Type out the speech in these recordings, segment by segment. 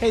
Hey,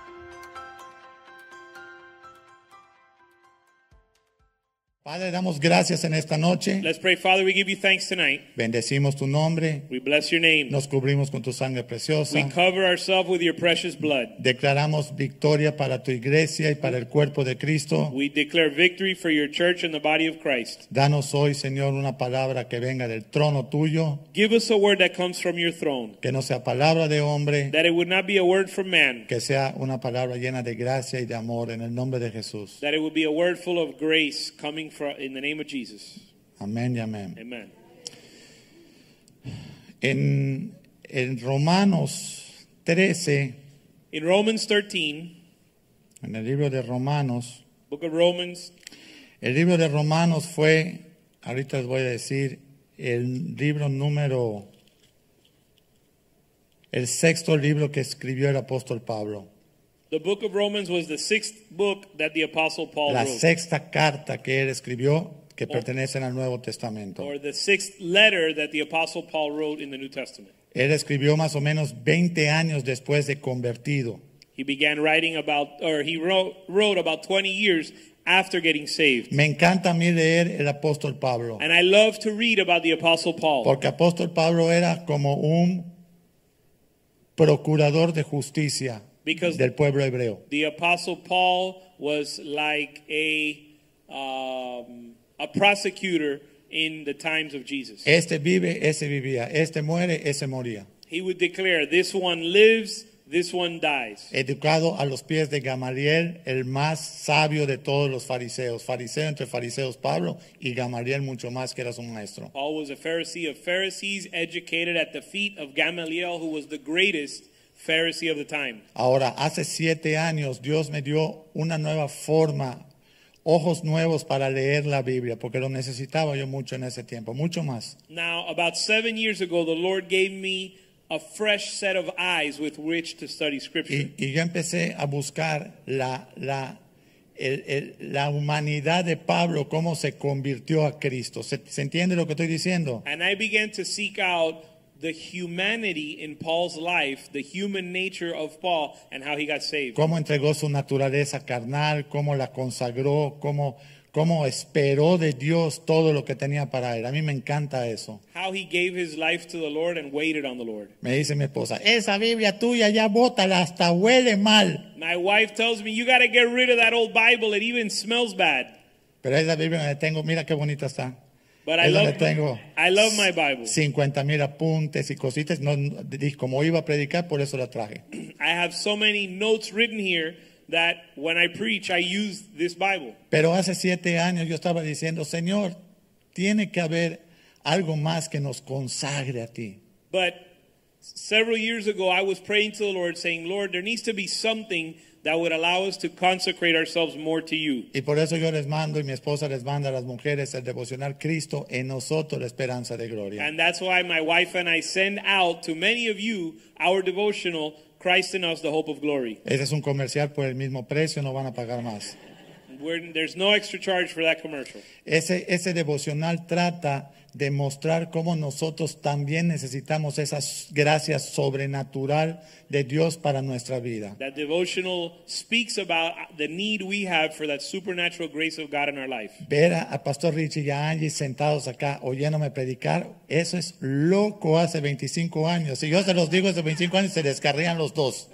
Padre, damos gracias en esta noche. Let's pray. Father, we give you thanks tonight. Bendecimos tu nombre. We bless your name. Nos cubrimos con tu sangre preciosa. We cover ourselves with your precious blood. Declaramos victoria para tu iglesia y para el cuerpo de Cristo. We declare victory for your church and the body of Christ. Danos hoy, Señor, una palabra que venga del trono tuyo, Give us a word that comes from your throne, que no sea palabra de hombre, that it would not be a word from man, que sea una palabra llena de gracia y de amor en el nombre de Jesús. that it would be a word full of grace coming from in the name of Jesus. Amén y amén. Amen. En, en Romanos 13, In Romans 13, en el libro de Romanos, book of Romans, El libro de Romanos fue, ahorita les voy a decir, el libro número, el sexto libro que escribió el apóstol Pablo. the book of Romans was the sixth book that the apostle Paul La wrote, sexta carta que él escribió, Oh. que pertenecen al Nuevo Testamento. or the sixth letter that the apostle Paul wrote in the New Testament. Él escribió más o menos 20 años después de convertido. He began writing about, or he wrote, wrote about 20 years after getting saved. Me encanta a mí leer el apóstol Pablo, And I love to read about the Apostle Paul porque apóstol Pablo era como un procurador de justicia Because- del pueblo hebreo. the Apostle Paul was like a, um, a prosecutor in the times of Jesus. Este vive, ese vivía. Este muere, ese moría. He would declare, This one lives, this one dies. Educado a los pies de Gamaliel, el más sabio de todos los fariseos. Fariseo entre fariseos Pablo y Gamaliel mucho más que era su maestro. Paul was a Pharisee of Pharisees, educated at the feet of Gamaliel, who was the greatest Pharisee of the time. Ahora, hace siete años Dios me dio una nueva forma, ojos nuevos para leer la Biblia, porque lo necesitaba yo mucho en ese tiempo, mucho más. Now, about seven years ago, the Lord gave me a fresh set of eyes with which to study Scripture. Y, y yo empecé a buscar la, la, el- el- la humanidad de Pablo, cómo se convirtió a Cristo. ¿Se- ¿Se entiende lo que estoy diciendo? And I began to seek out the humanity in Paul's life, the human nature of Paul, and how he got saved. cómo entregó su naturaleza carnal, cómo la consagró, cómo, cómo esperó de Dios todo lo que tenía para él. A mí me encanta eso. How he gave his life to the Lord and waited on the Lord. Me dice mi esposa, esa Biblia tuya ya bótala, hasta huele mal. My wife tells me, You got to get rid of that old Bible. It even smells bad. Pero es la Biblia donde tengo, mira qué bonita está. But I Es donde love, tengo I love my Bible. 50 mil apuntes y cositas. No, no, di- como iba a predicar, por eso la traje. I have so many notes written here that when I preach, I use this Bible. Pero hace siete años yo estaba diciendo, Señor, tiene que haber algo más que nos consagre a ti. But several years ago, I was praying to the Lord, saying, Lord, there needs to be something that would allow us to consecrate ourselves more to you. Y por eso yo les mando y mi esposa les manda a las mujeres el devocional Cristo en nosotros la esperanza de gloria. And that's why my wife and I send out to many of you our devotional, Christ in Us, the Hope of Glory. Ese es un comercial por el mismo precio, no van a pagar más. We're, there's no extra charge for that commercial. Ese, ese devocional trata de mostrar cómo nosotros también necesitamos esa s- gracia sobrenatural de Dios para nuestra vida. That devotional speaks about the need we have for that supernatural grace of God in our life. Ver a, a Pastor Richie y a Angie sentados acá oyéndome predicar, eso es loco hace 25 años. Si yo se los digo hace 25 años, se descarrían los dos.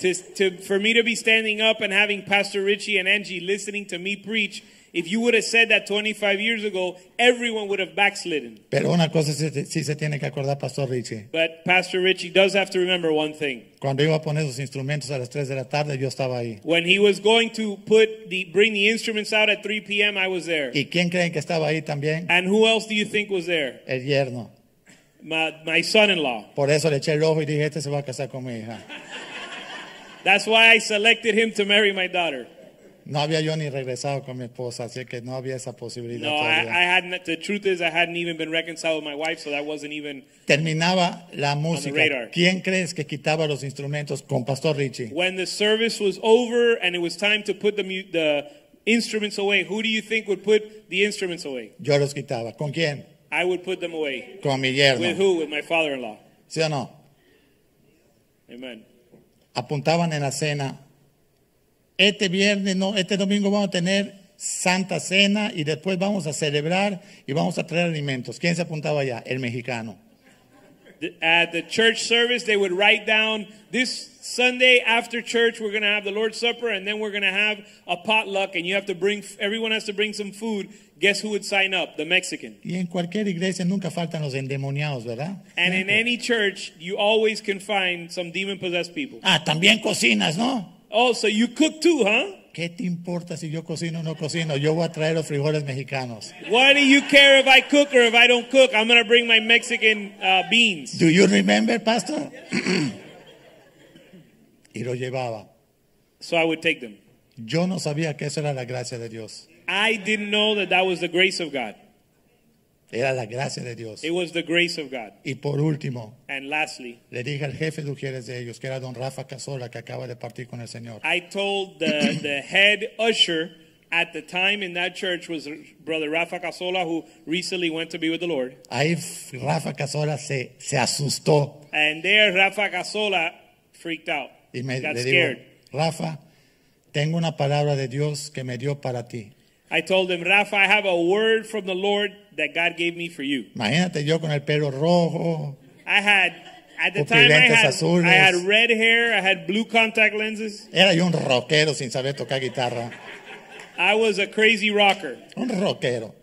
To, to, for me to be standing up and having Pastor Richie and Angie listening to me preach, if you would have said that 25 years ago, everyone would have backslidden. Pero una cosa sí se- sí se tiene que acordar, Pastor Richie. But Pastor Richie does have to remember one thing. Cuando iba a poner sus instrumentos a las 3 de la tarde, yo estaba ahí. When he was going to put the bring the instruments out at 3 p.m., I was there. ¿Y quién creen que estaba ahí también? And who else do you think was there? El yerno. My, my son in law. Por eso le eché el ojo y dije, este se va a casar con mi hija. That's why I selected him to marry my daughter. No había yo ni regresado con mi esposa, así que no había esa posibilidad No, I, todavía. I hadn't. The truth is, I hadn't even been reconciled with my wife, so that wasn't even. Terminaba la música. radar. ¿Quién crees que quitaba los instrumentos con Pastor Richie? When the service was over and it was time to put the mu- the instruments away, who do you think would put the instruments away? Yo los quitaba. ¿Con quién? I would put them away. Con mi yerno. With who? With my father-in-law. ¿Sí o no? Amen. apuntaban en la cena. Este viernes, no, este domingo vamos a tener Santa Cena y después vamos a celebrar y vamos a traer alimentos. ¿Quién se apuntaba allá? El mexicano. Th- At the church service, they would write down this Sunday after church, we're going to have the Lord's Supper, and then we're going to have a potluck, and you have to bring, everyone has to bring some food. Guess who would sign up? The Mexican. Y en cualquier iglesia nunca faltan los endemoniados, ¿verdad? And in Siempre. any church, you always can find some demon possessed people. Ah, también cocinas, ¿no? Oh, so you cook too, huh? ¿Qué te importa si yo cocino o no cocino? Yo voy a traer los frijoles mexicanos. Why do you care if I cook or if I don't cook? I'm going to bring my Mexican uh, beans. Do you remember, pastor? y lo llevaba. So I would take them. Yo no sabía que eso era la gracia de Dios. I didn't know that that was the grace of God. Era la gracia de Dios. It was the grace of God. Y por último, And lastly, Le dije al jefe de Ujieres de ellos, que era don Rafa Casola, que acaba de partir con el Señor. I told the, the head usher at the time in that church was Brother Rafa Casola, who recently went to be with the Lord. Ahí f- Rafa Casola se, se asustó And there, Rafa Casola freaked out, y me got le scared. digo, Rafa, tengo una palabra de Dios que me dio para ti. I told him, Rafa, I have a word from the Lord that God gave me for you. Imagínate yo con el pelo rojo, I had, at the Con time, I lentes had, azules. I had red hair, I had blue contact lenses. era yo un rockero sin saber tocar guitarra, I was a crazy rocker. un rockero.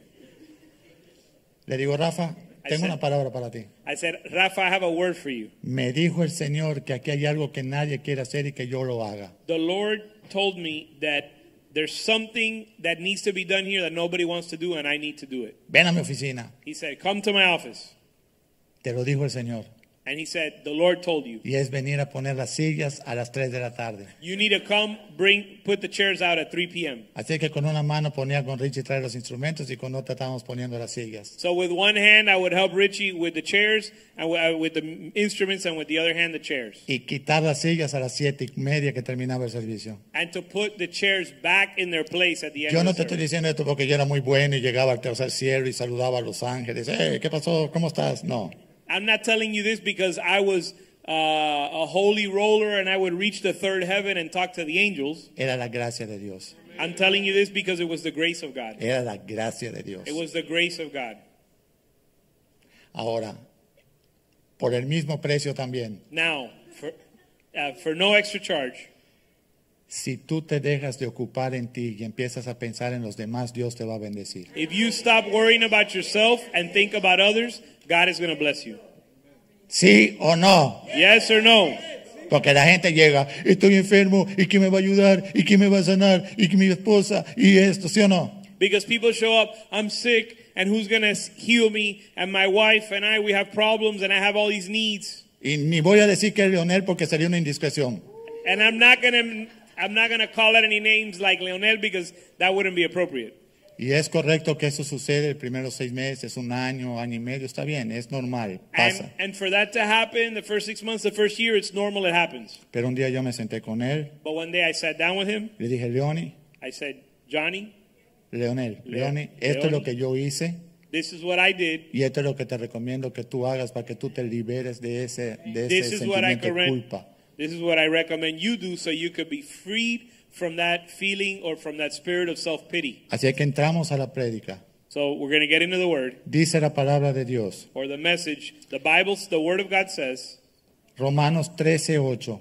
Le digo, Rafa, tengo said- una palabra para ti. I said, Rafa, I have a word for you. Me dijo el Señor que aquí hay algo que nadie quiere hacer y que yo lo haga. The Lord told me that there's something that needs to be done here that nobody wants to do, and I need to do it. Ven a mi oficina, He said, Come to my office. te lo dijo el Señor. And he said, The Lord told you, y es venir a poner las sillas a las 3 de la tarde. you need to come bring, put the chairs out at 3 p.m. Así que con una mano ponía con Richie traer los instrumentos y con otra estábamos poniendo las sillas. So with one hand, I would help Richie with the chairs, and wi- uh, with the instruments, and with the other hand, the chairs. Y quitar las sillas a las siete y media que terminaba el servicio. And to put the chairs back in their place at the end Yo of no the te estoy service. diciendo esto porque yo era muy bueno y llegaba al tercer cielo y saludaba a los ángeles. "Hey, ¿Qué pasó? ¿Cómo estás? No. I'm not telling you this because I was uh, a holy roller and I would reach the third heaven and talk to the angels. Era la gracia de Dios. I'm telling you this because it was the grace of God. Era la gracia de Dios. It was the grace of God. Ahora, por el mismo precio también, Now, for, uh, for no extra charge, si tú te dejas de ocupar en ti y empiezas a pensar en los demás, Dios te va a bendecir. if you stop worrying about yourself and think about others, God is going to bless you. ¿Sí o no? Yes or no? Porque la gente llega, estoy enfermo, ¿y quién me va a ayudar? ¿Y quién me va a sanar? ¿Y que mi esposa? ¿Y esto? ¿Sí o no? Because people show up, I'm sick, and who's going to heal me? And my wife and I, we have problems, and I have all these needs. Y ni voy a decir que es Leonel porque sería una indiscreción. And I'm not going to I'm not going to call out any names like Leonel because that wouldn't be appropriate. Y es correcto que eso sucede el primeros seis meses, un año, año y medio, está bien, es normal, And, pasa. and for that to happen, the first six months, the first year, it's normal, it happens. Pero un día yo me senté con él, But one day I sat down with him. le dije, Leoni, I said, Johnny, Leonel, Le- Leoni, esto es Leoni. lo que yo hice this is what I did. y esto es lo que te recomiendo que tú hagas para que tú te liberes de ese, de This ese is what I sentimiento de correct. culpa. This is what I recommend you do so you could be freed from that feeling or from that spirit of self pity. Así que entramos a la prédica. So we're going to get into the word Dice la palabra de Dios. or the message. The Bible, the Word of God says, Romanos 13, 8.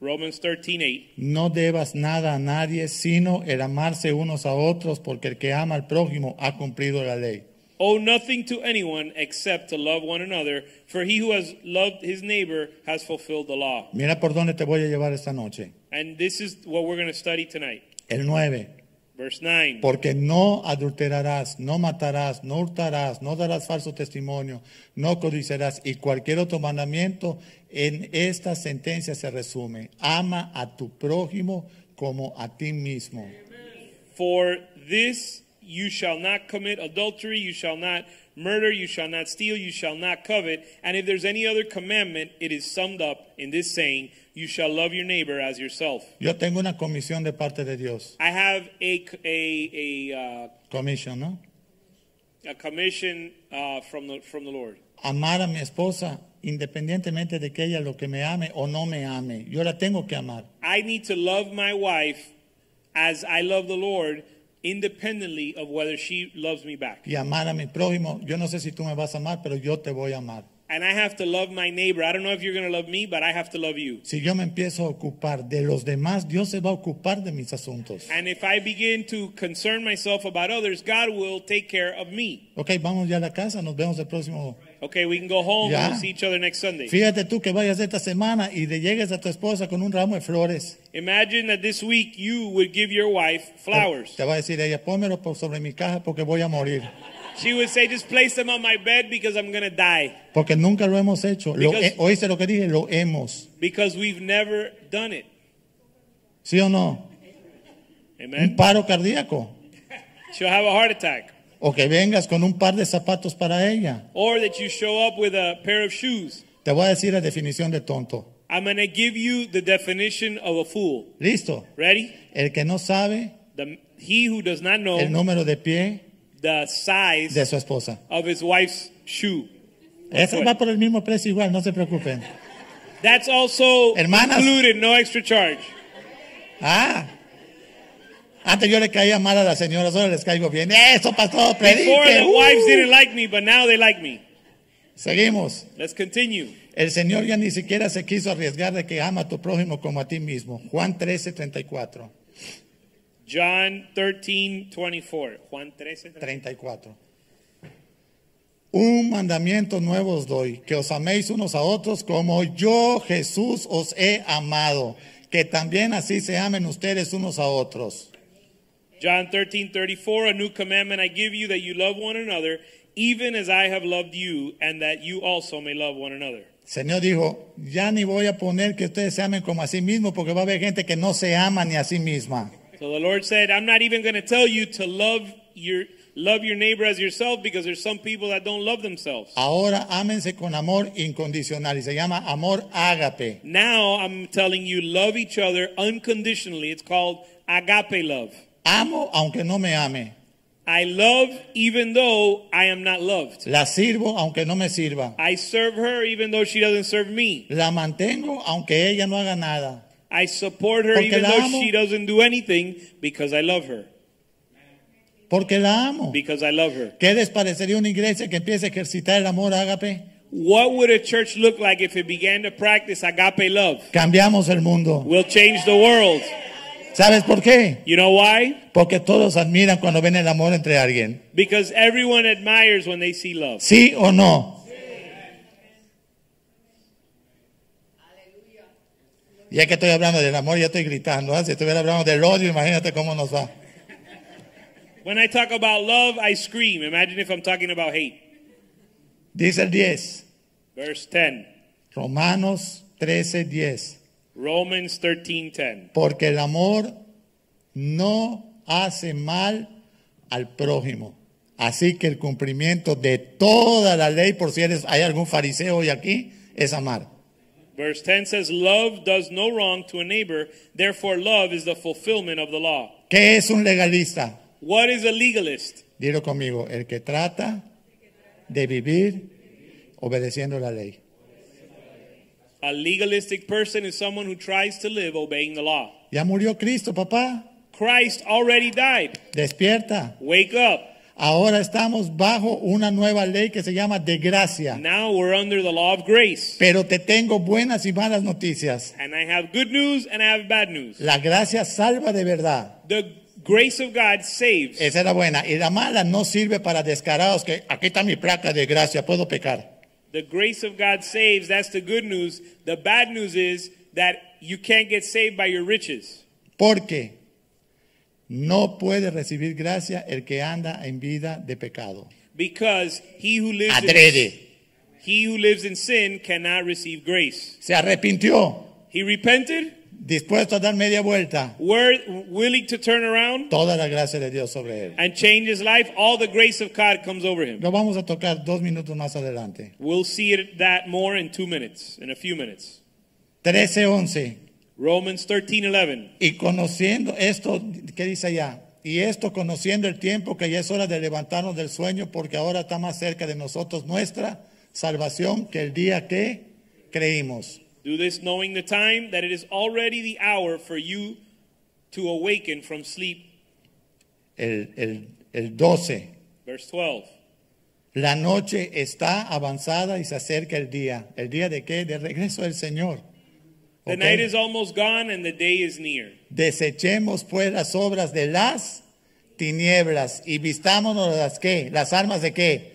Romans 13:8. No debas nada a nadie, sino el amarse unos a otros, porque el que ama al prójimo ha cumplido la ley. Owe nothing to anyone except to love one another, for he who has loved his neighbor has fulfilled the law. Mira por dónde te voy a llevar esta noche. And this is what we're going to study tonight. El 9. Verse 9. Porque no adulterarás, no matarás, no hurtarás, no darás falso testimonio, no codiciarás y cualquier otro mandamiento en esta sentencia se resume. Ama a tu prójimo como a ti mismo. For this you shall not commit adultery, you shall not murder, you shall not steal, you shall not covet. And if there's any other commandment, it is summed up in this saying, you shall love your neighbor as yourself. Yo tengo una comisión de parte de Dios. I have a, a, a, Comisión, ¿no? uh, a commission uh, from, the, from the Lord. Amar a mi esposa independientemente de que ella lo que me ame o no me ame. Yo la tengo que amar. I need to love my wife as I love the Lord, independently of whether she loves me back. Y amar a mi prójimo. Yo no sé si tú me vas a amar, pero yo te voy a amar. And I have to love my neighbor. I don't know if you're going to love me, but I have to love you. Si yo me empiezo a ocupar de los demás, Dios se va a ocupar de mis asuntos. And if I begin to concern myself about others, God will take care of me. Ok, vamos ya a la casa, nos vemos el próximo. Okay, we can go home Yeah. and we'll see each other next Sunday. Fíjate tú que vayas esta semana y le llegues a tu esposa con un ramo de flores. Imagine that this week you would give your wife flowers. Te va a decir ella, pónmelo por sobre mi caja porque voy a morir. She would say, just place them on my bed because I'm going to die. Porque nunca lo hemos hecho. Lo, Because- eh, ¿Oíste lo que dije? Lo hemos. Because we've never done it. ¿Sí o no? Un Amen. paro cardíaco. She'll have a heart attack. O que vengas con un par de zapatos para ella. Or that you show up with a pair of shoes. Te voy a decir la definición de tonto. I'm going to give you the definition of a fool. Listo. Ready? El que no sabe The, he who does not know el número de pie the size de su esposa. of his wife's shoe. Eso Bueno. va por el mismo precio igual, no se preocupen. That's also Hermanas. included, no extra charge. Ah. Antes yo le caía mal a las señoras, ahora les caigo bien. Eso, pastor, Before predique. the wives Uh. didn't like me, but now they like me. Seguimos. Let's continue. El Señor ya ni siquiera se quiso arriesgar de que ama a tu prójimo como a ti mismo. Juan 13, 34. John 13, 24. Juan 13, 34. Un mandamiento nuevo os doy, que os améis unos a otros como yo, Jesús, os he amado, que también así se amen ustedes unos a otros. John 13, 34. A new commandment I give you that you love one another, even as I have loved you, and that you also may love one another. Señor dijo, ya ni voy a poner que ustedes se amen como a sí mismos, porque va a haber gente que no se ama ni a sí misma. So the Lord said, I'm not even going to tell you to love your love your neighbor as yourself because there's some people that don't love themselves. Ahora ámense con amor incondicional y se llama amor ágape. Now I'm telling you love each other unconditionally. It's called agape love. Amo aunque no me ame. I love even though I am not loved. La sirvo aunque no me sirva. I serve her even though she doesn't serve me. La mantengo aunque ella no haga nada. I support her Porque even la though amo. she doesn't do anything because I love her. Porque la amo. Because I love her. ¿Qué les parecería una iglesia que empiece a ejercitar el amor ágape? What would a church look like if it began to practice agape love? Cambiamos el mundo. We'll change the world. ¿Sabes por qué? You know why? Porque todos admiran cuando ven el amor entre alguien. Because everyone admires when they see love. ¿Sí o no? Ya que estoy hablando del amor, ya estoy gritando. ¿ah? Si estuviera hablando del odio, imagínate cómo nos va. When I talk about love, I scream. Imagine if I'm talking about hate. Dice el 10, Verse 10, Romanos 13, 10. Romans 13:10. Porque el amor no hace mal al prójimo. Así que el cumplimiento de toda la ley, por si eres, hay algún fariseo hoy aquí, es amar. Verse 10 says, Love does no wrong to a neighbor, therefore, love is the fulfillment of the law. ¿Qué es un legalista? What is a legalist? Dilo conmigo, el que trata de vivir obedeciendo la ley. A legalistic person is someone who tries to live obeying the law. Ya murió Cristo, papá. Christ already died. Despierta. Wake up. Ahora estamos bajo una nueva ley que se llama de gracia. Now we're under the law of grace. Pero te tengo buenas y malas noticias. And I have good news and I have bad news. La gracia salva de verdad. The grace of God saves. Esa era buena. Y la mala no sirve para descarados que aquí está mi placa de gracia, puedo pecar. The grace of God saves. That's the good news. The bad news is that you can't get saved by your riches Porque no puede recibir gracia el que anda en vida de pecado. because he who lives in, Adrede. he who lives in sin cannot receive grace. Se arrepintió. He repented. dispuesto a dar media vuelta, were willing to turn around toda la gracia de Dios sobre él. and change his life, all the grace of God comes over him. Lo vamos a tocar dos minutos más adelante. We'll see it, that more in two minutes, in a few minutes. 13:11. Romans 13 11. Y conociendo esto, ¿qué dice allá? Y esto conociendo el tiempo que ya es hora de levantarnos del sueño, porque ahora está más cerca de nosotros nuestra salvación que el día que creímos. Do this knowing the time that it is already the hour for you to awaken from sleep. El, el, el 12. Verse 12. La noche está avanzada y se acerca el día. ¿El día de qué? De regreso del Señor. The Ok. night is almost gone and the day is near. Desechemos pues las obras de las tinieblas y vistámonos de las qué? Las armas de qué?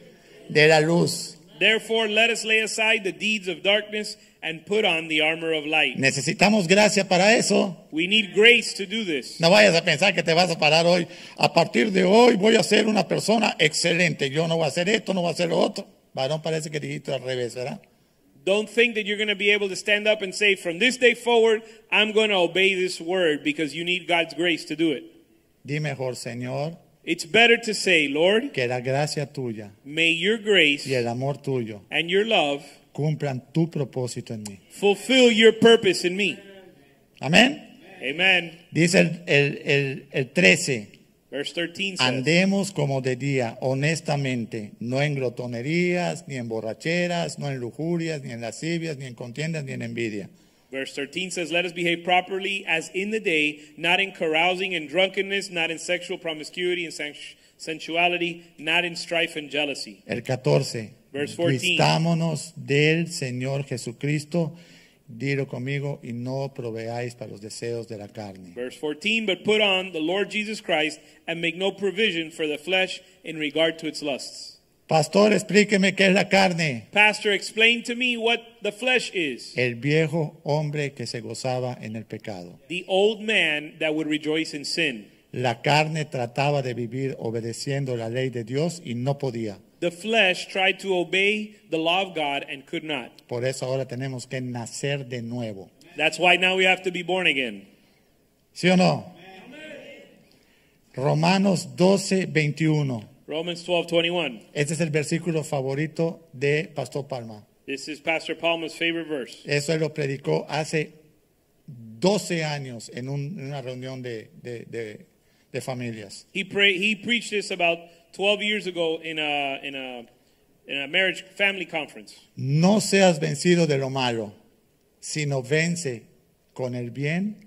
De la luz. Therefore, let us lay aside the deeds of darkness and put on the armor of light. Necesitamos gracia para eso. We need grace to do this. No vayas a pensar que te vas a parar hoy. A partir de hoy voy a ser una persona excelente. Yo no voy a hacer esto, no voy a hacer lo otro. Varón parece que dijiste al revés, ¿verdad? Don't think that you're going to be able to stand up and say, from this day forward, I'm going to obey this word because you need God's grace to do it. Di mejor, Señor, It's better to say, Lord, que la gracia tuya may your grace y el amor tuyo and your love cumplan tu propósito en mí. fulfill your purpose in me. Amén. Amen. Dice el, el, el, el 13, Verse 13 says, andemos como de día, honestamente, no en glotonerías, ni en borracheras, no en lujurias, ni en lascivias, ni en contiendas, ni en envidia. Verse 13 says, Let us behave properly as in the day, not in carousing and drunkenness, not in sexual promiscuity and sensu- sensuality, not in strife and jealousy. El 14. Verse 14. Vistámonos del Señor Jesucristo. Dilo conmigo y no proveáis para los deseos de la carne. Verse 14, But put on the Lord Jesus Christ and make no provision for the flesh in regard to its lusts. Pastor, explíqueme qué es la carne. Pastor, explain to me what the flesh is. El viejo hombre que se gozaba en el pecado. The old man that would rejoice in sin. La carne trataba de vivir obedeciendo la ley de Dios y no podía. The flesh tried to obey the law of God and could not. Por eso ahora tenemos que nacer de nuevo. That's why now we have to be born again. ¿Sí o no? Romanos 12, 21. Romans 12, 21. Este es el versículo favorito de Pastor Palma. This is Pastor Palma's favorite verse. Eso él lo predicó hace 12 años en, un- en una reunión de, de- de- de familias. He pray, he preached this about 12 years ago in a in a in a marriage family conference. No seas vencido de lo malo, sino vence con el bien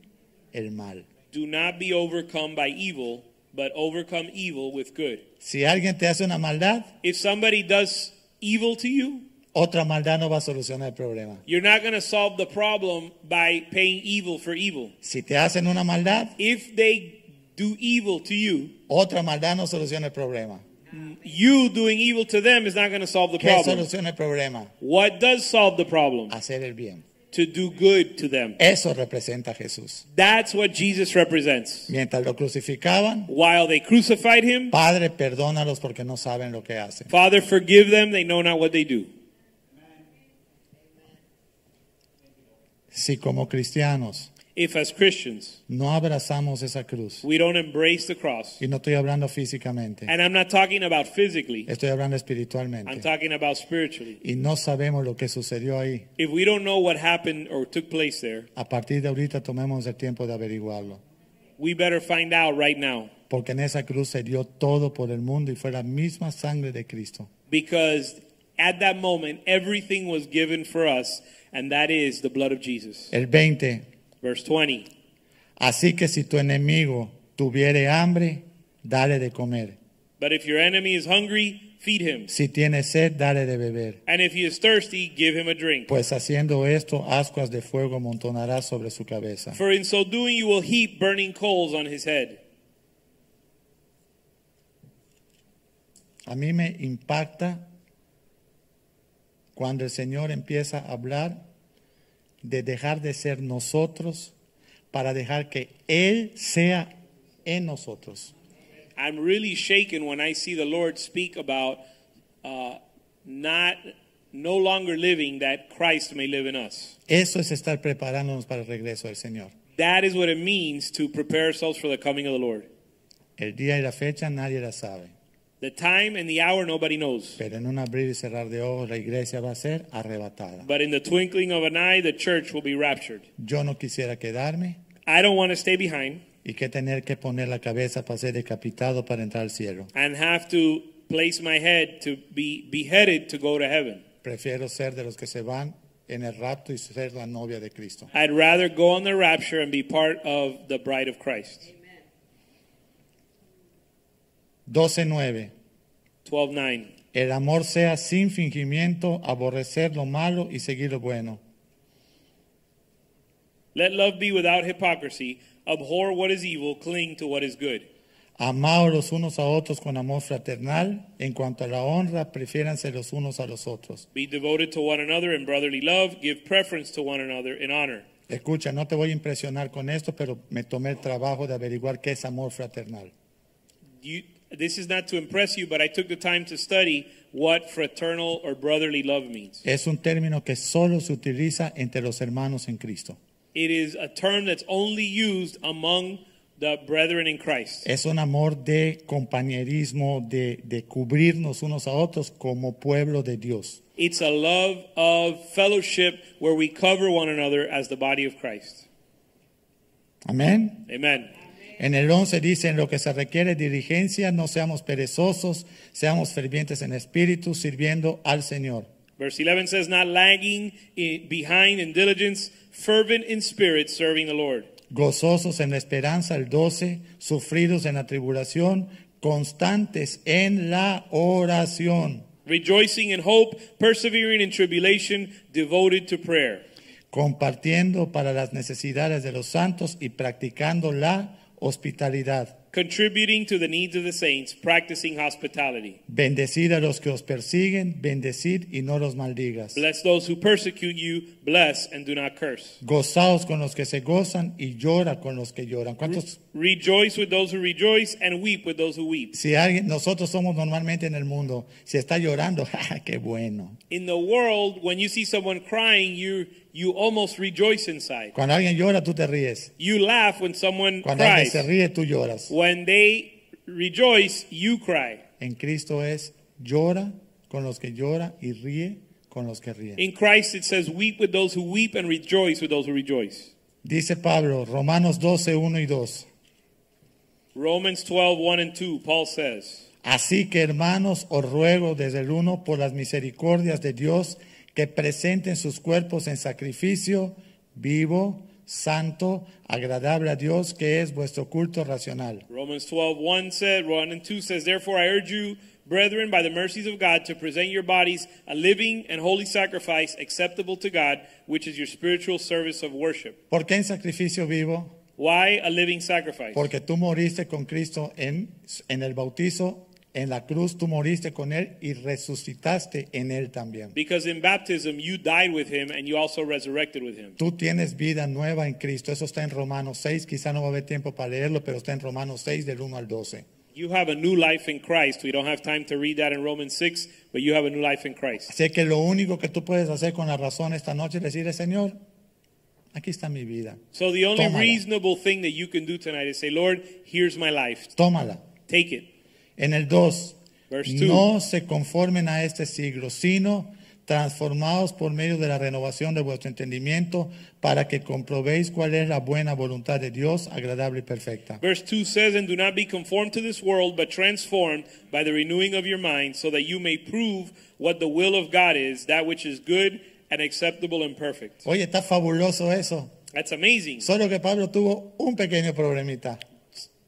el mal. Do not be overcome by evil, but overcome evil with good. Si alguien te hace una maldad, If somebody does evil to you, otra maldad no va a solucionar el problema. you're not going to solve the problem by paying evil for evil. Si te hacen una maldad, If they do evil to you, otra maldad no soluciona el problema. you doing evil to them is not going to solve the ¿Qué problem. soluciona el problema? What does solve the problem? Hacer el bien. To do good to them. Eso representa a Jesús. That's what Jesus represents. Mientras lo crucificaban, While they crucified him, Padre, perdónalos porque no saben lo que hacen. Father, forgive them, they know not what they do. Si como cristianos If, as Christians, no abrazamos esa cruz, we don't embrace the cross, y no estoy hablando físicamente, and I'm not talking about physically, estoy hablando I'm espiritualmente, talking about spiritually. y no sabemos lo que sucedió ahí, If we don't know what happened or took place there, a partir de ahorita tomemos el tiempo de averiguarlo. we better find out right now. Porque en esa cruz se dio todo por el mundo y fue la misma sangre de Cristo. Because at that moment, everything was given for us, and that is the blood of Jesus. El 20. Verse 20. Así que si tu enemigo tuviere hambre, dale de comer. But if your enemy is hungry, feed him. Si tiene sed, dale de beber. And if he is thirsty, give him a drink. Pues haciendo esto, ascuas de fuego amontonarás sobre su cabeza. For in so doing, you will heap burning coals on his head. A mí me impacta cuando el Señor empieza a hablar de dejar de ser nosotros para dejar que Él sea en nosotros. I'm really shaken when I see the Lord speak about uh, not no longer living that Christ may live in us. Eso es estar preparándonos para el regreso del Señor. That is what it means to prepare ourselves for the coming of the Lord. El día y la fecha nadie la sabe. The time and the hour nobody knows. Pero en un abrir y cerrar de ojos la iglesia va a ser arrebatada. But in the twinkling of an eye, the church will be raptured. Yo no quisiera quedarme I don't want to stay behind y que tener que poner la cabeza para ser decapitado para entrar al cielo. and have to place my head to be beheaded to go to heaven. Prefiero ser de los que se van en el rapto y ser la novia de Cristo. I'd rather go on the rapture and be part of the bride of Christ. 12.9. 12:9. El amor sea sin fingimiento, aborrecer lo malo y seguir lo bueno. Let love be without hypocrisy. Abhor what is evil, cling to what is good. Amaos los unos a otros con amor fraternal. En cuanto a la honra, prefiéranse los unos a los otros. Be devoted to one another in brotherly love, give preference to one another in honor. Escucha, no te voy a impresionar con esto, pero me tomé el trabajo de averiguar qué es amor fraternal. You, this is not to impress you, but I took the time to study what fraternal or brotherly love means. Es un término que solo se utiliza entre los hermanos en Cristo. It is a term that's only used among the brethren in Christ. Es un amor de compañerismo, de, de cubrirnos unos a otros como pueblo de Dios. It's a love of fellowship where we cover one another as the body of Christ. Amén. Amen. En el 11 dice, en lo que se requiere diligencia, no seamos perezosos, seamos fervientes en espíritu, sirviendo al Señor. Verse 11 says, Not lagging in, behind in diligence, fervent in spirit, serving the Lord. Gozosos en la esperanza, el 12, sufridos en la tribulación, constantes en la oración, Rejoicing in hope, persevering in tribulation, devoted to prayer. compartiendo para las necesidades de los santos y practicando la hospitalidad. Contributing to the needs of the saints, practicing hospitality. Bendecid a los que os persiguen, bendecid y no los maldigas. Bless those who persecute you, bless and do not curse. Gozaos con los que se gozan y llora con los que lloran. ¿Cuántos? Rejoice with those who rejoice, and weep with those who weep. Si alguien, nosotros somos normalmente en el mundo, si está llorando, ¡ja, qué bueno. In the world, when you see someone crying, you you almost rejoice inside. Cuando alguien llora, tú te ríes. You laugh when someone Cuando alguien cries. se ríe, tú lloras. When they rejoice, you cry. En Cristo es llora con los que llora y ríe con los que ríen. In Christ, it says, "Weep with those who weep, and rejoice with those who rejoice." Dice Pablo, Romanos 12, 1 y 2. Romans 12, 1 and 2, Paul says, Así que hermanos, os ruego desde el uno por las misericordias de Dios que presenten sus cuerpos en sacrificio vivo, santo, agradable a Dios, que es vuestro culto racional. Romans 12, 1 said, 1 and 2 says, Therefore I urge you, brethren, by the mercies of God, to present your bodies a living and holy sacrifice acceptable to God, which is your spiritual service of worship. ¿Por qué en sacrificio vivo? Why a living sacrifice? Porque tú moriste con Cristo en, en el bautizo, en la cruz, tú moriste con Él y resucitaste en Él también. Because in baptism you died with him and you also resurrected with him. Tú tienes vida nueva en Cristo. Eso está en Romanos 6. Quizá no va a haber tiempo para leerlo, pero está en Romanos 6 del 1 al 12. You have a new life in Christ. We don't have time to read that in Romans 6, but you have a new life in Christ. Sé que lo único que tú puedes hacer con la razón esta noche es decirle, Señor, aquí está mi vida. So the only Tómala. reasonable thing that you can do tonight is say, Lord, here's my life. Tómala. Take it. En el 2, Verse two. no se conformen a este siglo, sino transformados por medio de la renovación de vuestro entendimiento para que comprobéis cuál es la buena voluntad de Dios, agradable y perfecta. Verse 2 says, And do not be conformed to this world, but transformed by the renewing of your mind, so that you may prove what the will of God is, that which is good and acceptable and perfect. Oye, está fabuloso eso. That's amazing. Solo que Pablo tuvo un pequeño problemita.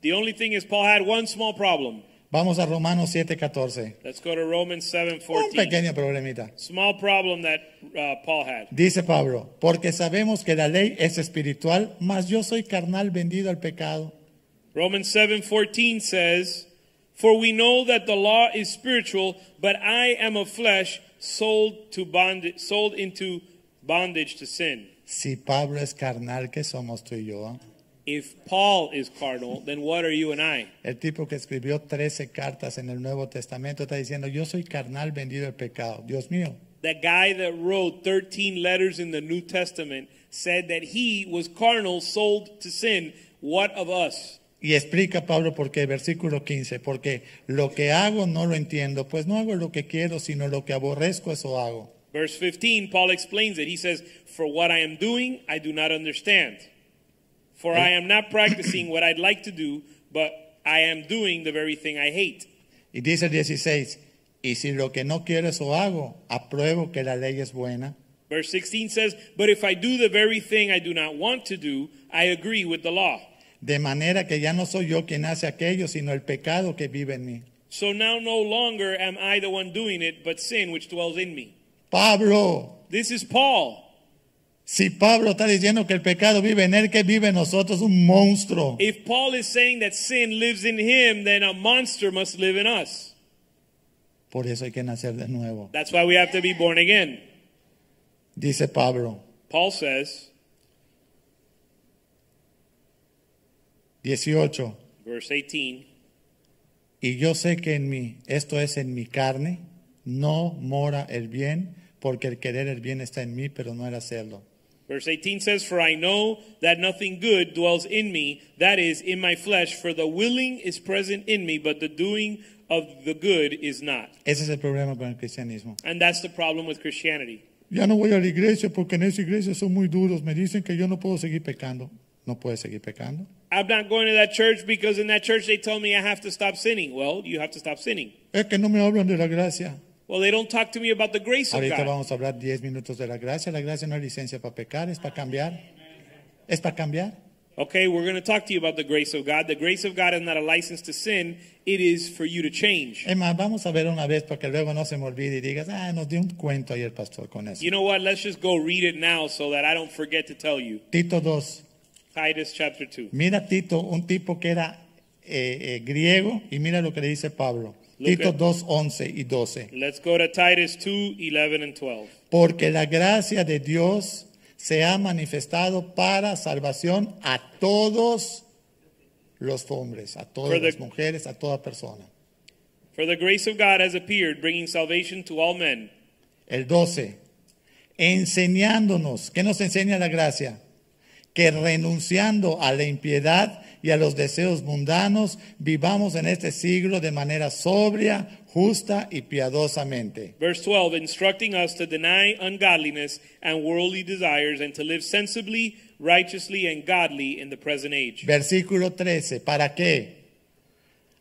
The only thing is, Paul had one small problem. Vamos a Romanos 7:14. Let's go to Romans seven Un fourteen. pequeño problemita. Small problem that uh, Paul had. Dice Pablo, porque sabemos que la ley es espiritual, mas yo soy carnal vendido al pecado. Romans seven fourteen says, For we know that the law is spiritual, but I am of flesh, sold to bondage, sold into bondage to sin. Si Pablo es carnal, ¿qué somos tú y yo? ah? If Paul is cardinal, then what are you and I? El tipo que escribió 13 cartas en el Nuevo Testamento está diciendo, yo soy carnal vendido al pecado. Dios mío, That guy that wrote 13 letters in the New Testament said that he was carnal, sold to sin. What of us? Y explica Pablo por qué, versículo 15, porque lo que hago no lo entiendo, pues no hago lo que quiero, sino lo que aborrezco, eso hago. Verse 15, Paul explains it. He says, For what I am doing, I do not understand. For I am not practicing what I'd like to do, but I am doing the very thing I hate. Y dice el 16, y si lo que no quiero, eso hago, apruebo que la ley es buena. Verse 16 says, But if I do the very thing I do not want to do, I agree with the law. De manera que ya no soy yo quien hace aquello, sino el pecado que vive en mí. So now no longer am I the one doing it, but sin which dwells in me. Pablo, This is Paul. si Pablo está diciendo que el pecado vive en él, que vive en nosotros, un monstruo. If Paul is saying that sin lives in him, then a monster must live in us. Por eso hay que nacer de nuevo. That's why we have to be born again. Dice Pablo, Paul says, 18, verse 18, Y yo sé que en mí, esto es en mi carne, no mora el bien, porque el querer el bien está en mí, pero no el hacerlo. Verse 18 says, For I know that nothing good dwells in me, that is, in my flesh, for the willing is present in me, but the doing of the good is not. Ese es el problema con el cristianismo. And that's the problem with Christianity. Ya no voy a la iglesia porque en esa iglesia son muy duros. Me dicen que yo no puedo seguir pecando. No puedes seguir pecando. I'm not going to that church because in that church they tell me I have to stop sinning. Well, you have to stop sinning. Es que no me hablan de la gracia. Well, they don't talk to me about the grace of Ahorita God. vamos a hablar 10 minutos de la gracia. La gracia no es licencia para pecar, es para cambiar. Es para cambiar. Okay, we're going to talk to you about the grace of God. The grace of God is not a license to sin, it is for you to change. Es más, vamos a ver una vez para que luego no se me olvide y digas, ah, nos dio un cuento ahí el pastor con eso. You know what? Let's just go read it now so that I don't forget to tell you. Tito 2, Titus chapter 2. Mira Tito, un tipo que era eh, eh, griego, y mira lo que le dice Pablo. Look Tito at- 2, 11 y 12. Let's go to Titus 2 11 and 12. Porque la gracia de Dios se ha manifestado para salvación a todos los hombres, a todas For the- las mujeres, a toda persona. For the grace of God has appeared, bringing salvation to all men, El 12, enseñándonos, ¿qué nos enseña la gracia? Que renunciando a la impiedad y a los deseos mundanos, vivamos en este siglo de manera sobria, justa y piadosamente. Verse 12, instructing us to deny ungodliness and worldly desires and to live sensibly, righteously, and godly in the present age. Versículo 13, ¿para qué?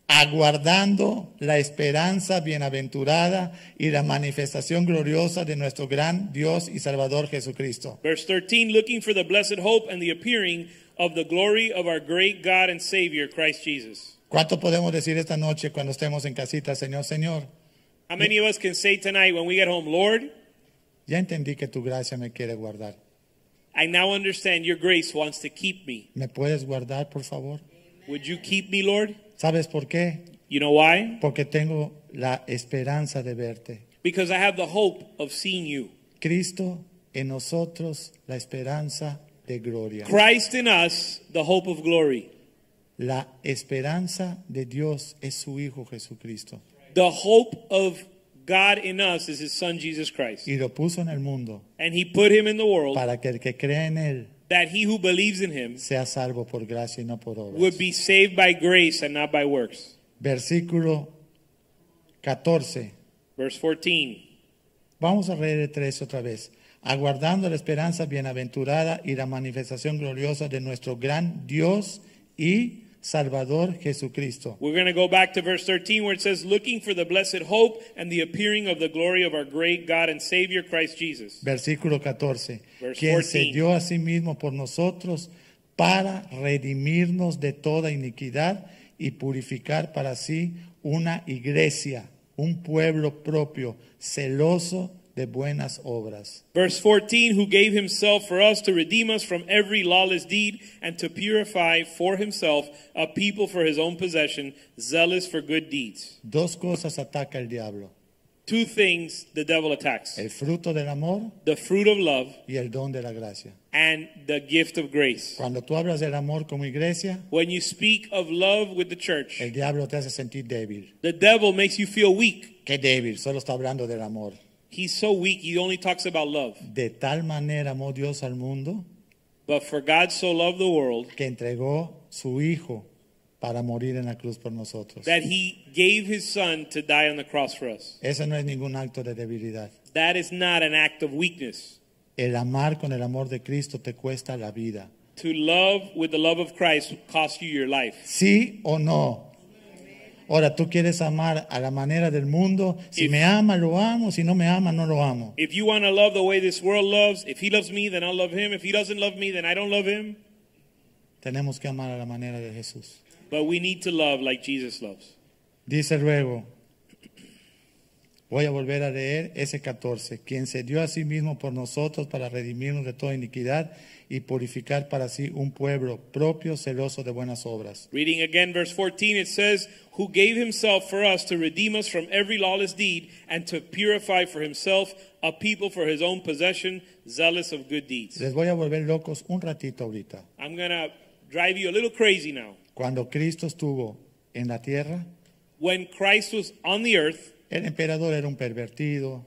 Aguardando la esperanza bienaventurada y la manifestación gloriosa de nuestro gran Dios y Salvador Jesucristo. Verse 13, looking for the blessed hope and the appearing of the glory of our great God and Savior, Christ Jesus. ¿Cuánto podemos decir esta noche cuando estemos en casita, Señor, Señor? How many of us can say tonight when we get home, Lord, Ya entendí que tu gracia me quiere guardar. I now understand your grace wants to keep me. ¿Me puedes guardar, por favor? Would you keep me, Lord? ¿Sabes por qué? You know why? Porque tengo la esperanza de verte. Because I have the hope of seeing you. Cristo en nosotros, la esperanza de gloria. Christ in us, the hope of glory. La esperanza de Dios es su Hijo Jesucristo. The hope of God in us is his son Jesus Christ. Y lo puso en el mundo And he put him in the world para que el que cree en Él that he who believes in him sea salvo por gracia y no por obras. would be saved by grace and not by works. Versículo 14. Verse 14. Vamos a leer el 3 otra vez. Aguardando la esperanza bienaventurada y la manifestación gloriosa de nuestro gran Dios y Salvador Jesucristo. We're going to go back to verse 13 where it says, looking for the blessed hope and the appearing of the glory of our great God and Savior Christ Jesus. Versículo 14. Verse Quien se 14. dio a sí mismo por nosotros para redimirnos de toda iniquidad y purificar para sí una iglesia, un pueblo propio, celoso de buenas obras. Verse 14, who gave himself for us to redeem us from every lawless deed and to purify for himself a people for his own possession, zealous for good deeds. Dos cosas ataca el diablo. two things the devil attacks el fruto del amor the fruit of love y el don de la gracia. and the gift of grace. Cuando tú hablas del amor como iglesia, When you speak of love with the church, el diablo te hace sentir débil. the devil makes you feel weak. ¿Qué débil? Solo está hablando del amor. He's so weak, he only talks about love. De tal manera amó Dios al mundo But for God so loved the world que entregó su Hijo para morir en la cruz por nosotros. that he gave his son to die on the cross for us. Eso no es ningún acto de debilidad. That is not an act of weakness. El amar con el amor de Cristo te cuesta la vida. To love with the love of Christ costs you your life. ¿Sí o no? Ahora, tú quieres amar a la manera del mundo. Si Y- me ama, lo amo. Si no me ama, no lo amo. If you want to love the way this world loves, if he loves me, then I'll love him. If he doesn't love me, then I don't love him. Tenemos que amar a la manera de Jesús. But we need to love like Jesus loves. Dice luego, voy a volver a leer ese 14, quien se dio a sí mismo por nosotros para redimirnos de toda iniquidad y purificar para sí un pueblo propio, celoso de buenas obras. Reading again verse 14, it says, Who gave himself for us to redeem us from every lawless deed and to purify for himself a people for his own possession, zealous of good deeds. Les voy a volver locos un ratito ahorita. I'm going to drive you a little crazy now. Cuando Cristo estuvo en la tierra, When Christ was on the earth, el emperador era un pervertido,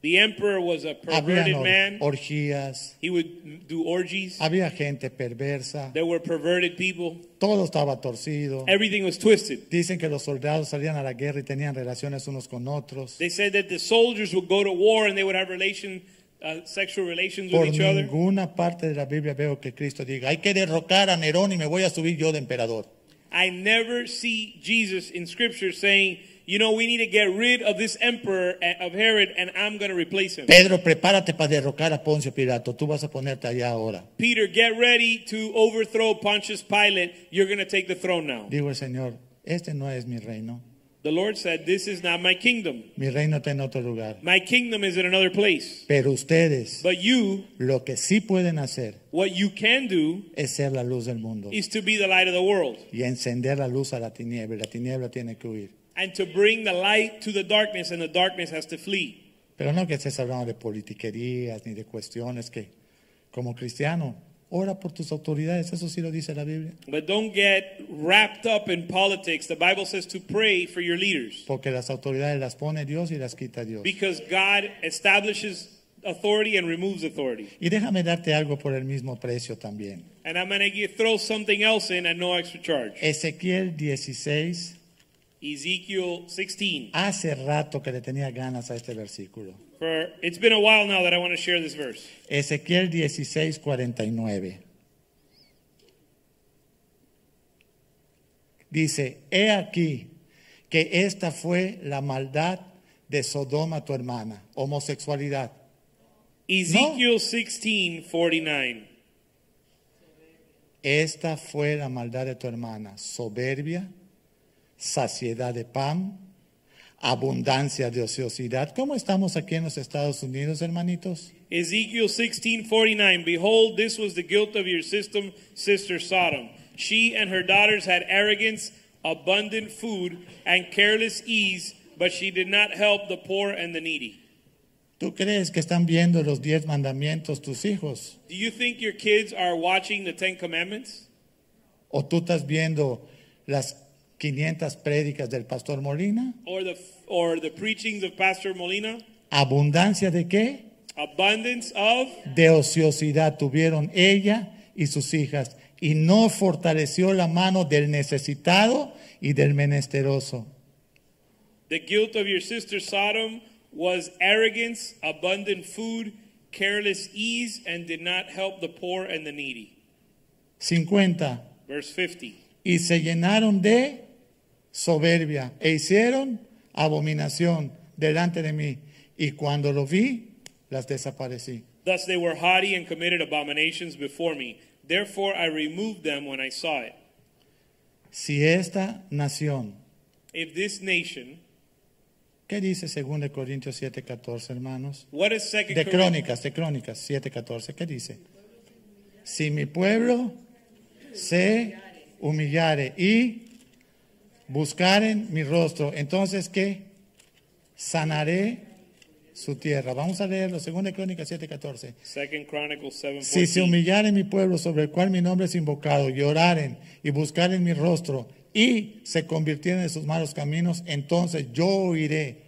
the emperor was a perverted había man. orgías, He would do orgies. había gente perversa, There were perverted people. todo estaba torcido. Everything was twisted. Dicen que los soldados salían a la guerra y tenían relaciones unos con otros. They said that the soldiers would go to war and they would have relation, uh, sexual relations Por with each other. ninguna parte de la Biblia veo que Cristo diga, hay que derrocar a Nerón y me voy a subir yo de emperador. I never see Jesus in scripture saying, you know, we need to get rid of this emperor uh, of Herod and I'm going to replace him. Pedro, prepárate para derrocar a Poncio Pilato, tú vas a ponerte allá ahora. Peter, get ready to overthrow Pontius Pilate. You're going to take the throne now. Digo el Señor, este no es mi reino, The Lord said, this is not my kingdom. mi reino está en otro lugar. My kingdom is in another place. Pero ustedes, But you, lo que sí pueden hacer what you can do es ser la luz del mundo is to be the light of the world y encender la luz a la tiniebla, y la tiniebla tiene que huir. and to bring the light to the darkness and the darkness has to flee. Pero no que estés hablando de politiquerías ni de cuestiones que, como cristiano, ora por tus autoridades, eso sí lo dice la Biblia. But don't get wrapped up in politics. The Bible says to pray for your leaders Porque las autoridades las pone Dios y las quita Dios. because God establishes authority and removes authority. Y déjame darte algo por el mismo precio también. And I'm going to throw something else in at no extra charge. Ezequiel 16, Ezekiel 16. hace rato que le tenía ganas a este versículo. For it's been a while now that I want to share this verse. Ezequiel 16, 49. Dice, he aquí que esta fue la maldad de Sodoma tu hermana, homosexualidad. Ezekiel 16, 49. Esta fue la maldad de tu hermana, soberbia, saciedad de pan, abundancia de ociosidad. ¿Cómo estamos aquí en los Estados Unidos, hermanitos? Ezekiel 16:49 Behold this was the guilt of your system sister Sodom she and her daughters had arrogance abundant food and careless ease but she did not help the poor and the needy ¿Tú crees que están viendo los diez mandamientos tus hijos? Do you think your kids are watching the 10 commandments ¿O tú estás viendo las 500 prédicas del pastor Molina? or the or the preachings of Pastor Molina ¿Abundancia de qué? abundance of De ociosidad tuvieron ella y sus hijas, y no fortaleció la mano del necesitado y del menesteroso. the guilt of your sister Sodom was arrogance abundant food careless ease and did not help the poor and the needy 50. verse 50 Y se llenaron de soberbia e hicieron abominación delante de mí. Y cuando lo vi, las desaparecí. Thus they were haughty and committed abominations before me. Therefore I removed them when I saw it. Si esta nación, If this nation, ¿qué dice 2 Corintios 7:14, hermanos? what is Second De Corinthians? Crónicas, de Crónicas 7:14, ¿qué dice? Si mi pueblo se humillare y buscaren mi rostro, entonces ¿qué? sanaré su tierra. Vamos a leerlo, 2 Crónicas 7:14. Second Chronicles seven Si se fourteen. humillaren mi pueblo sobre el cual mi nombre es invocado, y oraren y buscaren mi rostro, y se convirtieren en sus malos caminos, entonces yo oiré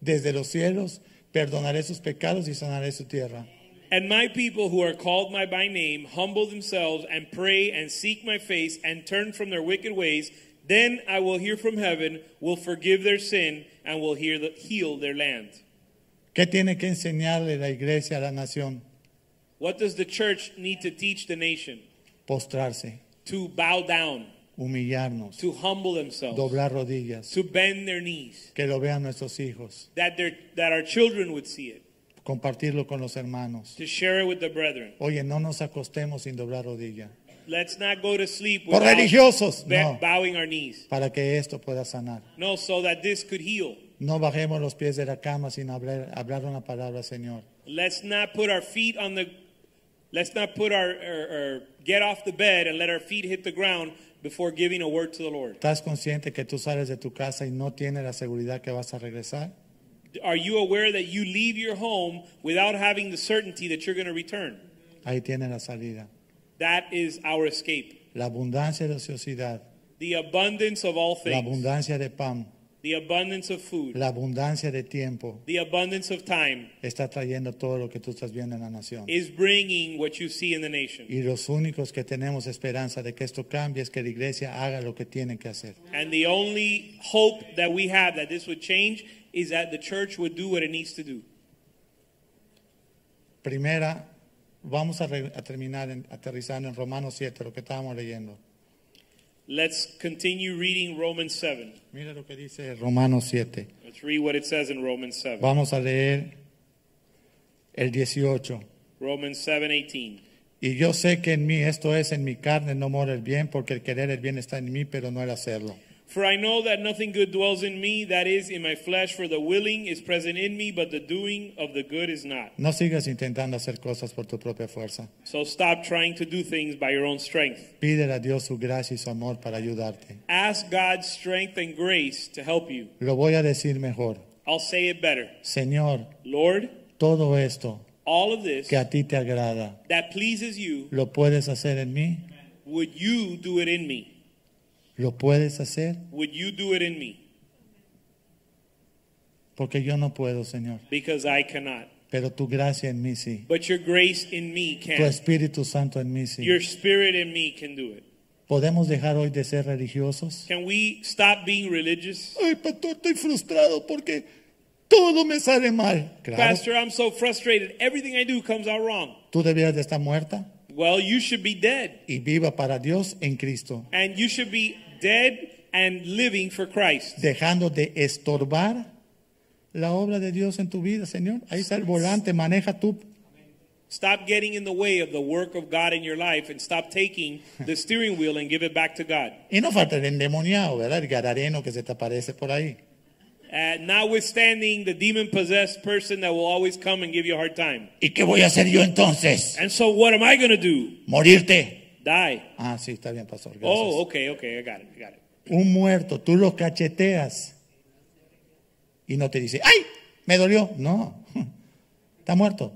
desde los cielos, perdonaré sus pecados y sanaré su tierra. And my people who are called my by name humble themselves and pray and seek my face and turn from their wicked ways, then I will hear from heaven, will forgive their sin, and will hear the, heal their land. ¿Qué tiene que enseñarle la iglesia a la nación? What does the church need to teach the nation? Postrarse, To bow down, humillarnos, to humble themselves, doblar rodillas, to bend their knees, que lo vean nuestros hijos, that their that our children would see it, compartirlo con los hermanos. to share it with the brethren. Oye, no nos acostemos sin doblar rodilla, Let's not go to sleep Por without religiosos, be- no. bowing our knees. para que esto pueda sanar. No, so that this could heal. No bajemos los pies de la cama sin hablar, hablar una palabra, Señor. Let's not put our feet on the. Let's not put our or, or get off the bed and let our feet hit the ground before giving a word to the Lord. ¿Estás consciente que tú sales de tu casa y no tienes la seguridad que vas a regresar? Are you aware that you leave your home without having the certainty that you're going to return? Ahí tienes la salida. That is our escape. La abundancia de ociosidad, The abundance of all la things. abundancia de pan, The abundance of food. la abundancia de tiempo The abundance of time está trayendo todo lo que tú estás viendo en la nación. is bringing what you see in the nation. Y los únicos que tenemos esperanza de que esto cambie es que la iglesia haga lo que tiene que hacer. And the only hope that we have that this would change is that the church would do what it needs to do. Primera, vamos a, re- a terminar en- aterrizando en Romanos 7, lo que estábamos leyendo. Let's continue reading Romans 7. Mira lo que dice Romanos 7. Let's read what it says in Romans 7. Vamos a leer el 18. Romans 7:18. Y yo sé que en mí, esto es, en mi carne no mora el bien, porque el querer el bien está en mí, pero no el hacerlo. For I know that nothing good dwells in me, that is, in my flesh, for the willing is present in me, but the doing of the good is not. No sigas intentando hacer cosas por tu propia fuerza. So stop trying to do things by your own strength. Pídele a Dios su gracia y su amor para ayudarte. Ask God's strength and grace to help you. Lo voy a decir mejor. I'll say it better. Señor, Lord, todo esto all of this que a ti te agrada, that pleases you, ¿lo puedes hacer en mí? would you do it in me? ¿Lo puedes hacer? Would you do it in me? Porque yo no puedo, Señor. Because I cannot. Pero tu gracia en mí sí. But your grace in me Tu can. Espíritu Santo en mí sí. Your spirit in me can do it. ¿Podemos dejar hoy de ser religiosos? Can we stop being religious? Ay, pastor, estoy frustrado porque todo me sale mal. Claro, Pastor, I'm so frustrated. Everything I do comes out wrong. tú debías de estar muerta Well, you should be dead. y viva para Dios en Cristo, And you should be dead and living for Christ. dejando de estorbar la obra de Dios en tu vida, Señor. Ahí está el volante, maneja tú. Stop getting in the way of the work of God in your life and stop taking the steering wheel and give it back to God. Y no falta el endemoniado, ¿verdad? El garareno que se te aparece por ahí. Uh, notwithstanding the demon possessed person that will always come and give you a hard time. ¿Y qué voy a hacer yo entonces? And so, what am I going to do? Morirte. Die. Ah, sí, está bien, pastor. Gracias. Oh, okay, okay. I got it. I got it. Un muerto, tú lo cacheteas y no te dice, ¡ay! Me dolió. No, está muerto.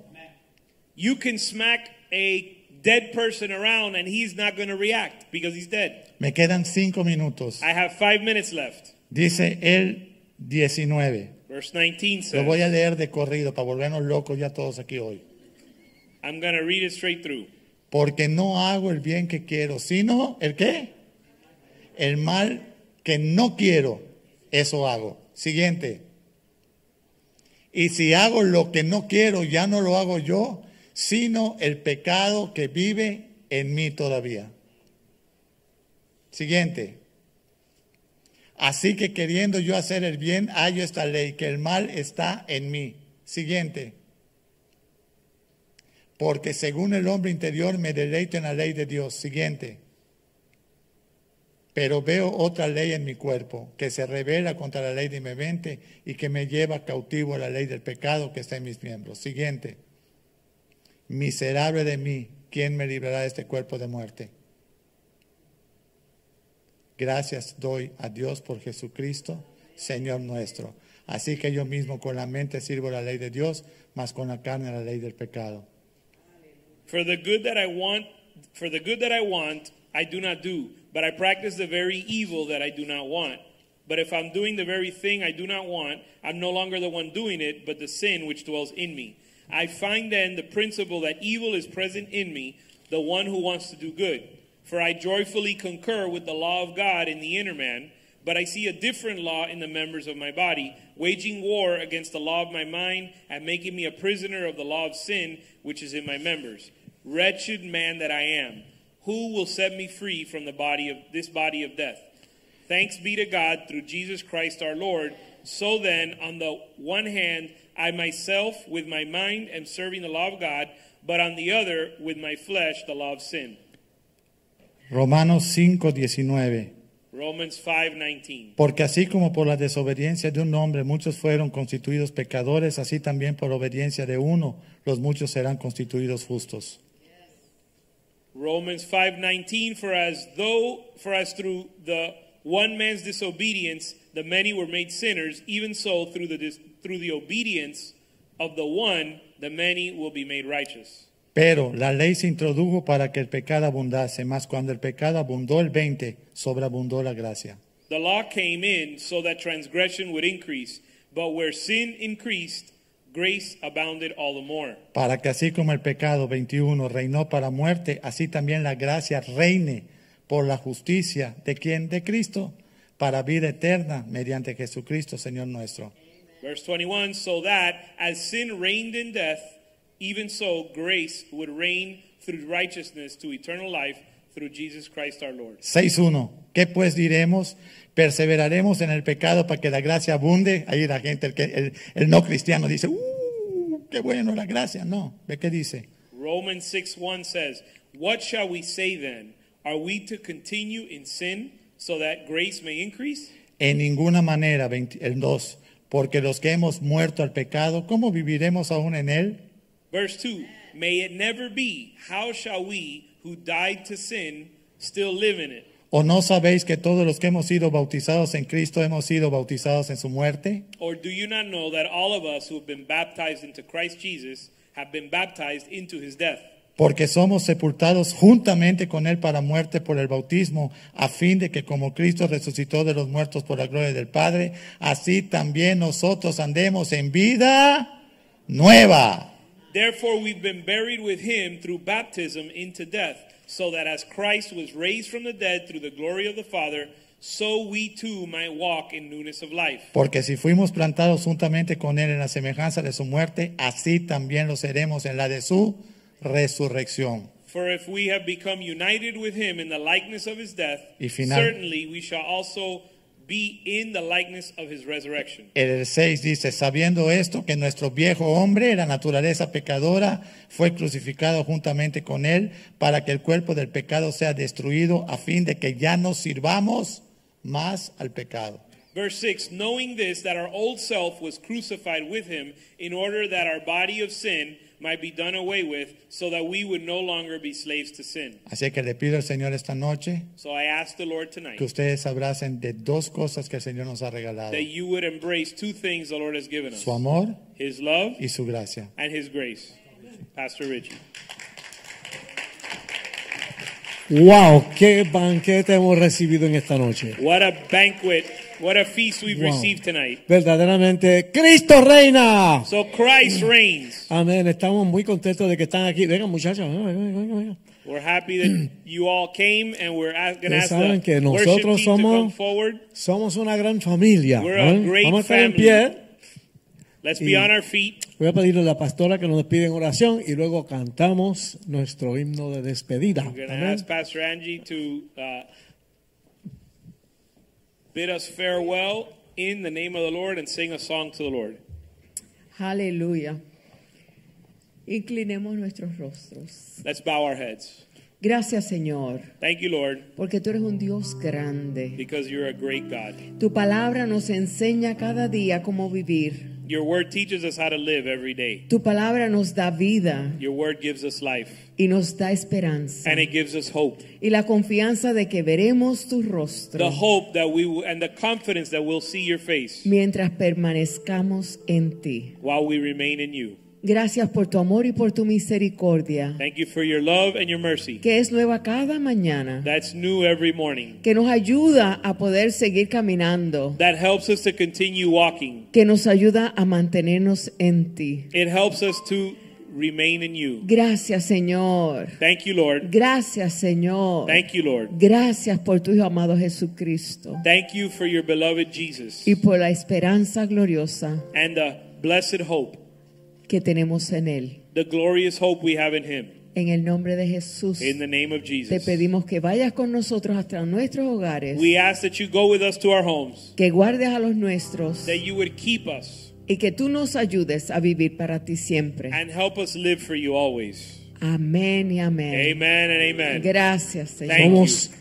You can smack a dead person around and he's not going to react because he's dead. Me quedan cinco minutos. I have five minutes left. Dice el 19. Verse 19 Lo voy says, a leer de corrido para volvernos locos ya todos aquí hoy. I'm going to read it straight through. Porque no hago el bien que quiero, sino el qué? El mal que no quiero, eso hago. Siguiente. Y si hago lo que no quiero, ya no lo hago yo, sino el pecado que vive en mí todavía. Siguiente. Así que queriendo yo hacer el bien, hallo esta ley, que el mal está en mí. Siguiente. Porque según el hombre interior me deleito en la ley de Dios. Siguiente. Pero veo otra ley en mi cuerpo que se revela contra la ley de mi mente y que me lleva cautivo a la ley del pecado que está en mis miembros. Siguiente. Miserable de mí, ¿quién me librará de este cuerpo de muerte? Gracias doy a Dios por Jesucristo, Señor nuestro, Así que yo mismo con la mente sirvo la ley de Dios, mas con la carne la ley del pecado. For the good that I want, for the good that I want, I do not do, but I practice the very evil that I do not want. But if I'm doing the very thing I do not want, I'm no longer the one doing it, but the sin which dwells in me. I find then the principle that evil is present in me, the one who wants to do good. For I joyfully concur with the law of God in the inner man, but I see a different law in the members of my body, waging war against the law of my mind and making me a prisoner of the law of sin which is in my members. Wretched man that I am, who will set me free from the body of this body of death? Thanks be to God through Jesus Christ our Lord. So then, on the one hand, I myself with my mind am serving the law of God, but on the other, with my flesh, the law of sin. Romanos 5, 19. Romans 5:19. Porque así como por la desobediencia de un hombre muchos fueron constituidos pecadores, así también por obediencia de uno los muchos serán constituidos justos. Romans 5:19 for as though for as through the one man's disobedience the many were made sinners, even so through the dis- through the obedience of the one the many will be made righteous. Pero la ley se introdujo para que el pecado abundase, mas cuando el pecado abundó el 20, sobreabundó la gracia. The law came in so that transgression would increase, but where sin increased, grace abounded all the more. Para que así como el pecado 21 reinó para muerte, así también la gracia reine por la justicia de quien? De Cristo, para vida eterna mediante Jesucristo, Señor nuestro. Verse 21 So that as sin reigned in death, even so grace would reign through righteousness to eternal life through Jesus Christ our Lord. 6.1. ¿Qué pues diremos? ¿Perseveraremos en el pecado para que la gracia abunde? Ahí la gente, el, que- el- el no cristiano dice, ¡uh! ¡Qué bueno la gracia! No, ve qué dice. Romans 6 1 says, What shall we say then? Are we to continue in sin so that grace may increase? En ninguna manera, 20 el 2. Porque los que hemos muerto al pecado, ¿cómo viviremos aún en él? Verse 2 May it never be, how shall we who died to sin still live in it? ¿O no sabéis que todos los que hemos sido bautizados en Cristo hemos sido bautizados en su muerte? Or do you not know that all of us who have been baptized into Christ Jesus have been baptized into his death? Porque somos sepultados juntamente con Él para muerte por el bautismo, a fin de que como Cristo resucitó de los muertos por la gloria del Padre, así también nosotros andemos en vida nueva. Therefore, we've been buried with him through baptism into death, so that as Christ was raised from the dead through the glory of the Father, so we too might walk in newness of life. Porque si fuimos plantados juntamente con Él en la semejanza de su muerte, así también lo seremos en la de su resurrección. For if we have become united with him in the likeness of his death, Y final- certainly we shall also be in the likeness of his resurrection. El 6 dice, sabiendo esto, que nuestro viejo hombre, la naturaleza pecadora, fue crucificado juntamente con él para que el cuerpo del pecado sea destruido a fin de que ya no sirvamos más al pecado. Verse 6 Knowing this, that our old self was crucified with him, in order that our body of sin might be done away with, so that we would no longer be slaves to sin. Así que le pido al Señor esta noche So I ask the Lord que tonight ustedes abracen de dos cosas que el Señor nos ha regalado, that you would embrace two things the Lord has given us su amor His love y su gracia. and His grace. Pastor Richie. Wow, qué banquete hemos recibido en esta noche. What a banquet, what a feast we've Wow. received tonight. Verdaderamente, Cristo reina. So Christ reigns. Amén. Estamos muy contentos de que están aquí. Vengan, muchachos. Vengan, vengan, vengan, vengan. We're happy that you all came and we're going to Ustedes ask saben que the worship team nosotros to come somos- forward. Somos una gran familia. We're a ¿eh? great Vamos a estar en family. pie. Let's Y- be on our feet. Voy a pedirle a la pastora que nos despide en oración y luego cantamos nuestro himno de despedida. We're going to Amén. ask Pastor Angie to uh, bid us farewell in the name of the Lord and sing a song to the Lord. Aleluya. Inclinemos nuestros rostros. Let's bow our heads. Gracias Señor, Thank you, Lord, porque tú eres un Dios grande. because you're a great God. Tu palabra nos enseña cada día cómo vivir. Your word teaches us how to live every day. Tu palabra nos da vida Your word gives us life y nos da esperanza and it gives us hope. y la confianza de que veremos tu rostro The hope that we will, and the confidence that we'll see your face mientras permanezcamos en ti. while we remain in you. Gracias por tu amor y por tu misericordia, Thank you for your love and your mercy. que es nueva cada mañana, That's new every morning. que nos ayuda a poder seguir caminando, That helps us to continue walking. que nos ayuda a mantenernos en ti. It helps us to remain in you. Gracias, Señor. Thank you, Lord. Gracias, Señor. Thank you, Lord. Gracias por tu Hijo amado Jesucristo Thank you for your beloved Jesus y por la esperanza gloriosa and the blessed hope, que tenemos en Él. the glorious hope we have in Him. En el nombre de Jesús, In the name of te Jesus. pedimos que vayas con nosotros hasta nuestros hogares, We ask that you go with us to our homes, que guardes a los nuestros that you would keep us y que tú nos ayudes a vivir para ti siempre. and help us live for you always. Amén y amén. Amen and amen. Gracias, Señor. Thank you. Somos